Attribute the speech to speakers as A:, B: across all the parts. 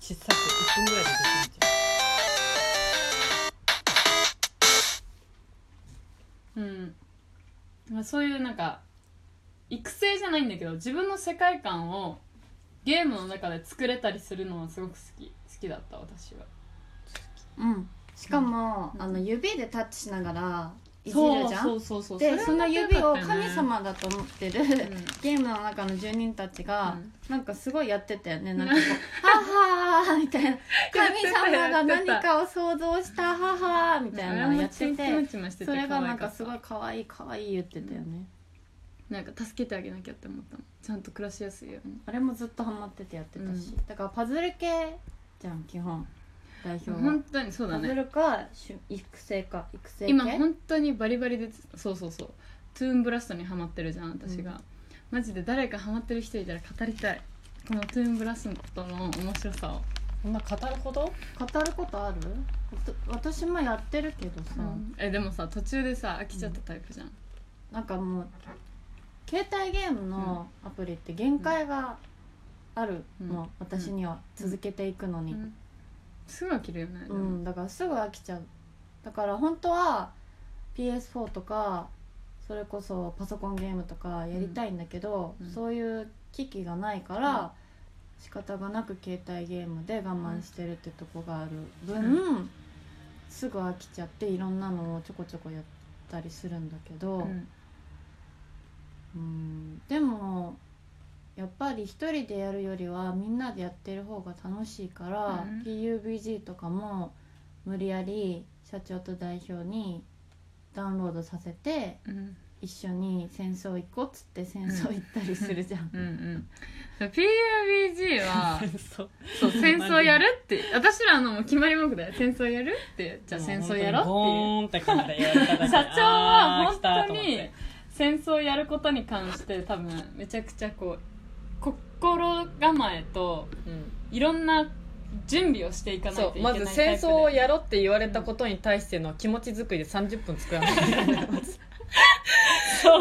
A: 小さく1分ぐらいでできるじ
B: うん、まあ、そういうなんか育成じゃないんだけど自分の世界観をゲームの中で作れたりするのはすごく好き好きだった私は
C: うん、しかも、
B: うん
C: あの指でタッチしながらいじ
B: そ
C: る
B: う
C: じゃん
B: そうそうそう
C: でその指
B: そ
C: を
B: れは
C: 神
B: 良か
C: 様だと思ってる、
B: ったよね
C: ゲームの中の住人たち
B: うん
C: が、
B: うん
C: なんかすごいやってたよねなんかこう「ははー」みた いな「神様が何かを想像したははー」みたいなのをやって
B: あれも
C: て
B: ちんちんまちましてて
C: それがなんか
B: 可
C: す
B: 愛
C: ご
B: か
C: い
B: っ
C: 可愛い可愛い言ってたよね
B: たなんか助けてあげなきゃって思ったのちゃんと暮らしやすいように
C: あれもずっとハマっててやってたし、
B: う
C: だからパズル系じゃん基本代表は、
B: 本当にそうだ
C: パズ
B: ね
C: ルかしゅ育成か育成系
B: 今本当にバリバリでそうそうそうトゥーンブラストにハマってるじゃん私が、マジで誰かハマってる人いたら語りたいこのトゥーンブラストの面白さを
A: ゃんそんな語るほど
C: 語ることあるわた私もやってるけどさ、
B: えでもさ途中でさ飽きちゃったタイプじゃん、
C: なんかもう携帯ゲームのアプリって限界があるの、
B: うん
C: 私には続けていくのに、
B: うんすぐ飽きるよね、で
C: う
B: も
C: ん、だからすぐ飽きちゃうだから本当は PS4 とかそれこそパソコンゲームとかやりたいんだけど、
B: うんうん
C: そういう機器がないから、仕方がなく携帯ゲームで我慢してるってとこがある分、すぐ飽きちゃっていろんなのをちょこちょこやったりするんだけど、
B: うん
C: うんでもやっぱり一人でやるよりはみんなでやってる方が楽しいから、
B: うん
C: PUBG とかも無理やり社長と代表にダウンロードさせて
B: うん
C: 一緒に戦争行こうっつって戦争行ったりするじゃん。
B: うんうん PUBG は
A: そう
B: そう戦争やるって私らのもう決まり文句だよ戦争やるってじゃあ戦争やろって
A: もう
B: いう
A: 本当にゴーンって感じでやり方が
B: 社長は本
A: あー来たと
B: 当
A: 思っ
B: に
A: て
B: 戦争をやることに関して多分めちゃくちゃこう心構えと
D: うん
B: いろんな準備をしていかない
D: そ
B: と
D: う
B: いけな
D: ま
B: いタイプで
D: ず 戦争をやろって言われたことに対しての気持ち作りで30分作らないといけない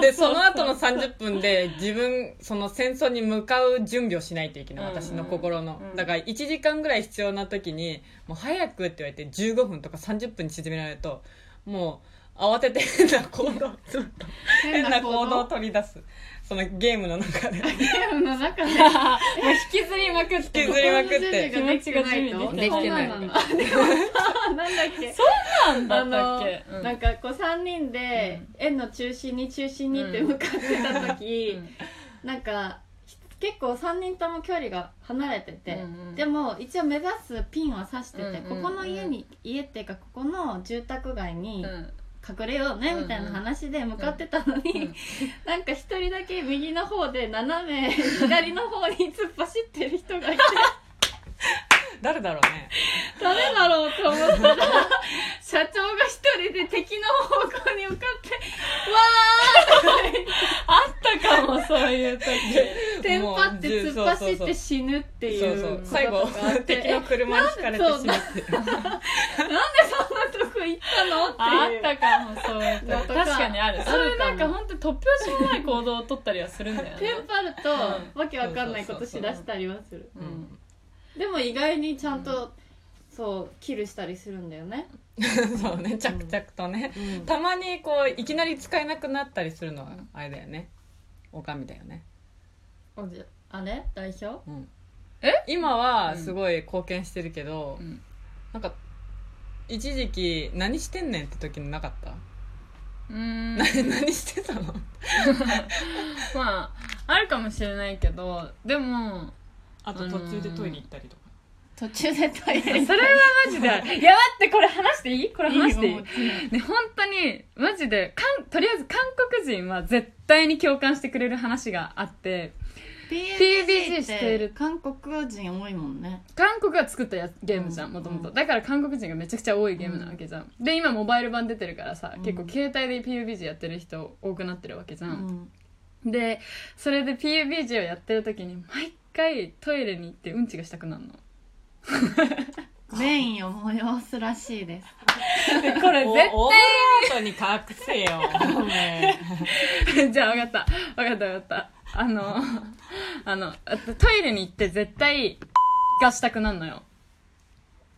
D: でその後の30分で自分その戦争に向かう準備をしないといけない
B: うんうん
D: 私の心の
B: うん
D: だから1時間ぐらい必要な時にもう早くって言われて15分とか30分に縮められるともう慌てて変な行動 変な行動を取り出すそのゲームの中で
C: ゲームの中で
B: もう引きずりまくって
D: 引きずりまくって
C: 心の準備ができてないと
D: できてない
C: そうなんだでもなんだ
B: なんだった
C: っけあ
B: っ
C: の
B: け、うん
C: なんかこう3人で円の中心に中心にって向かってた時、なんか結構3人とも距離が離れてて、
B: うんうん
C: でも一応目指すピンは指してて、
B: うんうんうん
C: ここの家に家っていうかここの住宅街に隠れようねみたいな話で向かってたのに、
B: うんうん
C: なんか一人だけ右の方で 斜め左の方に突っ走ってる人がいて
D: 誰だろうね
C: 誰だろうと思っ たら社長が一人で敵の方向に向か って
B: あったかもそういう時
C: テンパって
D: もう
C: 突っ走って死ぬってい
D: そう
C: う
D: そう
C: こと
D: 最後
C: があって
D: 敵 の車にひかれてしまって
C: そんなとこ行ったの
B: あ
C: ってい
B: っ
C: う
B: たかもそういう
C: の
B: 時
C: と
B: 確
C: か
B: かにある
C: あるかも
B: そういうなんか本当に突拍子もない行動を取ったりはするんだよね
C: テンパるとわけわかんないことしだしたりはする
B: うん
C: でも意外にちゃんとそうキルしたりするんだよね
D: そうね着々とね、たまにこういきなり使えなくなったりするのはあれだよねおかみだよね、
C: おじあれ代表
D: うん、
B: え
D: 今はすごい貢献してるけど、
B: うん
D: なんか一時期何してんねんって時なかった、
B: うーん
D: な 何してたの
B: まああるかもしれないけどでも
D: あ
B: と途中でトイレ行
D: ったりとか、
C: 途中でト イ
B: それ
C: レ
B: はマジでいや待ってこれ話していいこれ 話していいね本当にマジでかんとりあえず韓国人は絶対に共感してくれる話があってしてる
C: 韓国人多いもんね
B: 韓国が作ったやゲームじゃ
C: うんん
B: もともと
C: うん
B: だから韓国人がめちゃくちゃ多いゲームなわけじゃん、で今モバイル版出てるからさ、
C: うん
B: 結構携帯で PUBG やってる人多くなってるわけじゃ、
C: うんん
B: でそれで PUBG をやってる時に毎回トイレに行ってうんちがしたくなるの
C: メインを催すらしいです
B: でこれ
D: お
B: 絶
D: オ
B: 対
D: ーブラートに隠せよね
B: じゃあ分かった分かった分かった あのあのあとトイレに行って絶対がしたくなるのよ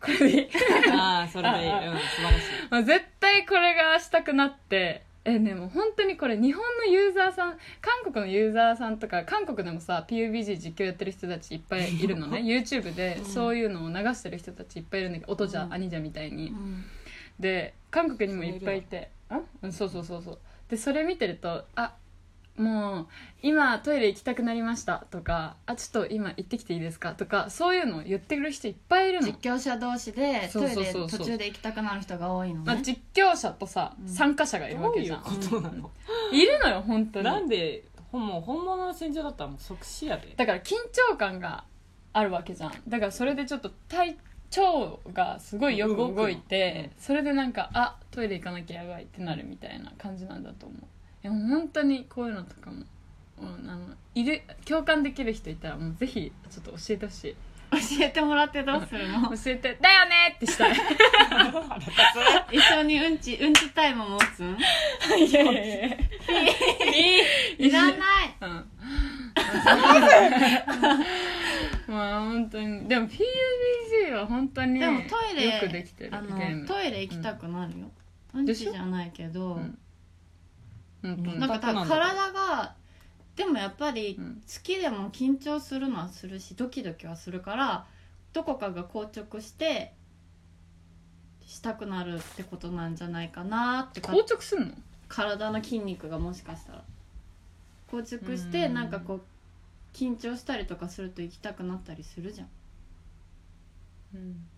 B: これでいい
D: ああそれでいいうん素晴らしい
B: まあ絶対これがしたくなってえねもう本当にこれ日本のユーザーさん韓国のユーザーさんとか韓国でもさ PUBG 実況やってる人たちいっぱいいる のね YouTube でそういうのを流してる人たちいっぱいいるんだけど音じゃ、
C: うん
B: 兄じゃみたいに
C: うん
B: で韓国にもいっぱいいてあうんそうそうそうそうでそれ見てるとあもう今トイレ行きたくなりましたとかあちょっと今行ってきていいですかとかそういうのを言ってくる人いっぱいいるの
C: 実況者同士で
B: そ
C: ト
B: う
C: イ
B: そう
C: レ
B: そうそう
C: 途中で行きたくなる人が多いの
B: まあ、
C: ね
B: 実況者とさ、
C: うん
B: 参加者がいる
D: ど
B: わ
D: う
B: け
D: い
B: じゃ
D: うんことなの
B: いるのよ本当に
D: なんでほんもう本物の戦場だったらもう即死や で
B: だから緊張感があるわけじゃんだからそれでちょっと体調がすごいよく
D: 動くの
B: 動いて、
D: う
B: それでなんかあトイレ行かなきゃやばいってなるみたいな感じなんだと思うでも本当にこういうのとかも、うん、あのいる共感できる人いたらもうぜひちょっと教えてほしい
C: 教えてもらってどうするの
B: 教えて「だよね!」ってしたい
C: 一緒にうんちうんちタイム持つん
B: いやいやいや
C: いらない
B: うん まあ本当にでも PUBG は本当に
C: でもトイレ
B: よくできてるゲ
C: あの
B: ーム
C: トイレ行きたくなるようん
B: で
C: ち
B: しょ
C: じゃないけど
B: うん本当に
C: なんか多
D: 全
C: 分
D: くなんだ
C: 体がでもやっぱり
B: うん
C: 好きでも緊張するのはするしドキドキはするからどこかが硬直してしたくなるってことなんじゃないかなってか
B: 硬直すんの
C: 体の筋肉がもしかしたら硬直し
D: う
C: て
D: ん
C: なんかこう緊張したりとかすると行きたくなったりするじゃん、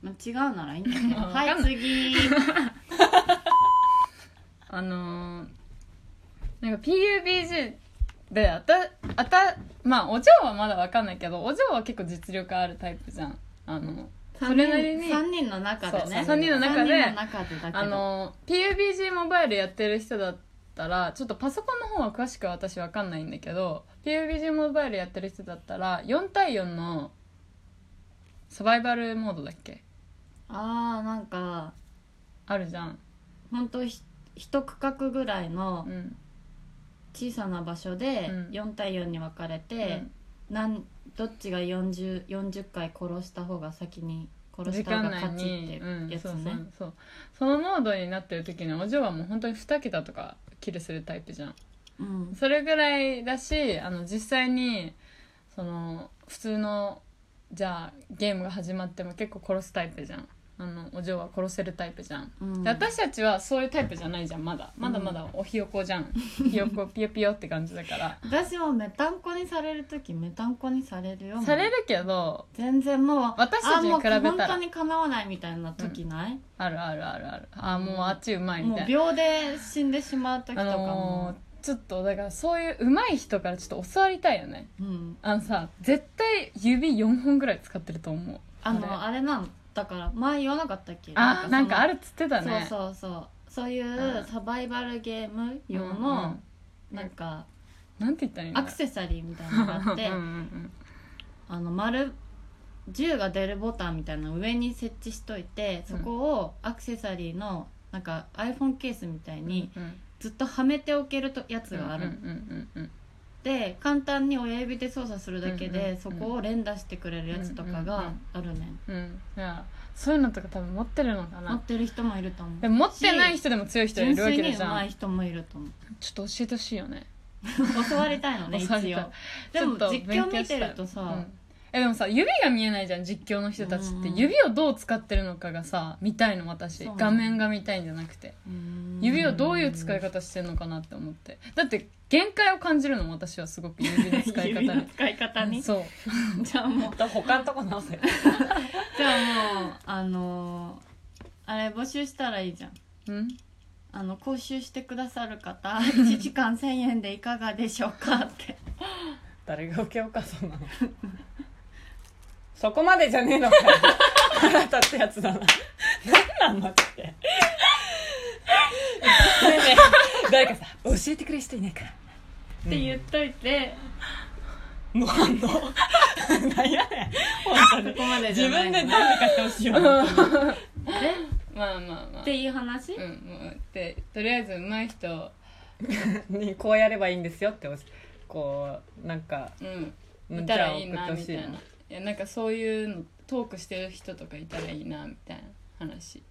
C: まあ、違うならいいんだけ ど
B: わかんない
C: はい次
B: あのーなんか PUBG であたあたまあお嬢はまだわかんないけどお嬢は結構実力あるタイプじゃんあのそ
C: 3
B: れなりに
C: 人三人の中で
B: そう
C: ね
B: 三人の中で
C: 三人の中でだけど
B: あの PUBG モバイルやってる人だったらちょっとパソコンの方は詳しくは私わかんないんだけど PUBG モバイルやってる人だったら4対4のサバイバルモードだっけ
C: あーなんか
B: あるじゃん、
C: 本当ひ一区画ぐらいの
B: うん
C: 小さな場所で
B: うん
C: 4対4に分かれて、なんどっちが 40, 40回殺した方が先に殺し
B: 時
C: た方
B: 間
C: が
B: 内
C: 勝ち
B: に、
C: ってやつ
B: うん、そう
C: ね
B: そうそうそのモードになってる時にお嬢はもう本当に2桁とかキルするタイプじゃん
C: うん
B: それぐらいだしあの実際にその普通のじゃあゲームが始まっても結構殺すタイプじゃんあのお嬢は殺せるタイプじゃん、
C: うん
B: で私たちはそういうタイプじゃないじゃんまだまだまだおひよこじゃん、ひよこピヨピヨって感じだ から
C: 私もメタンコにされる時メタンコにされるよ
B: されるけど
C: 全然もう
B: 私たちに比べたら
C: あもう本当にかなわないみたいな時ない、
B: あるあるあるあるあーもうあっちうまいみ
C: も
B: たいうな
C: 秒で死んでしまう時とか
B: あ
C: も
B: の、ーちょっとだからそういう上手い人からちょっと教わりたいよね
C: うん、
B: あのさ絶対指4本ぐらい使ってると思う
C: あ
B: あれ
C: のあれなんだから前言わなかったっけ
B: あ
C: その
B: なんかあるっつってたねう
C: そうそうそうそうい
B: うん
C: うサバイバルゲーム用
B: ん
C: の
B: うん
C: なんか
B: うんなんて言ったらいいんだ
C: アクセサリーみたいなのがあって
B: うんうんうん
C: あの丸銃が出るボタンみたいなの上に設置しといてそこをアクセサリーのなんか iPhone ケースみたいに
B: うん
C: ずっとはめておけるとやつ
B: うん
C: があ
B: うん
C: る
B: うんうん
C: で簡単に親指で操作するだけ
B: うんうんう
C: で
B: ん
C: そこを連打してくれるやつとかがあるね
B: うんうんいやそういうのとか多分持ってるのか
C: 持っ
B: な
C: てる人もいると思
B: で
C: う
B: も持ってない人でも強い人い
C: 純
B: るわ
C: 粋
B: け
C: に
B: でじ
C: 上
B: ゃん
C: 手い
B: ちょ
C: 人もいる と思う
B: っと教えてほしいよね
C: 教わりたいのね一
B: 教わりたい
C: 応でも
B: ちょっと
C: 実
B: 勉強
C: 況見てると
B: う
C: さ
B: んえでもさ指が見えないじゃん実況の人たちって
C: うん
B: 指をどう使ってるのかがさ見たいの私
C: そう
B: 画面が見たいんじゃなくて指をどういう使い
C: 方
B: 方してるのかなって思ってだって限界を感じるの私はす ごく指の使い方
C: 指の
B: に
C: 使い方 に
B: そう
C: じゃあも
D: だ
C: う
D: から他のとこ直せ
C: じゃあもうあのーあれ募集したらいいじゃん
B: うん
C: あの講習してくださる方1時間1000円でいかがでしょうかって
D: 誰が受けようかそんなのそこまでじゃねえのかよ腹立ってやつだな何なんだってねえねえ誰かさ教えてくれる人いないから
C: って言っといて、
D: の反応なんやねん本当に
C: ここまでじ
D: 自
C: ゃ
D: 分
C: ない
D: でどうに
C: の
D: かしてほしいよ本当に
C: え
B: まあまあまあ
C: っていう話、
B: うんもうでとりあえず上手い人
D: にこうやればいいんですよってこうなんか
B: うん
D: うん
B: いたらいいなみ
D: じ
B: た
D: ゃ
B: い
D: あ
B: ないやなんかそういうのトークしてる人とかいたらいいなみたいな話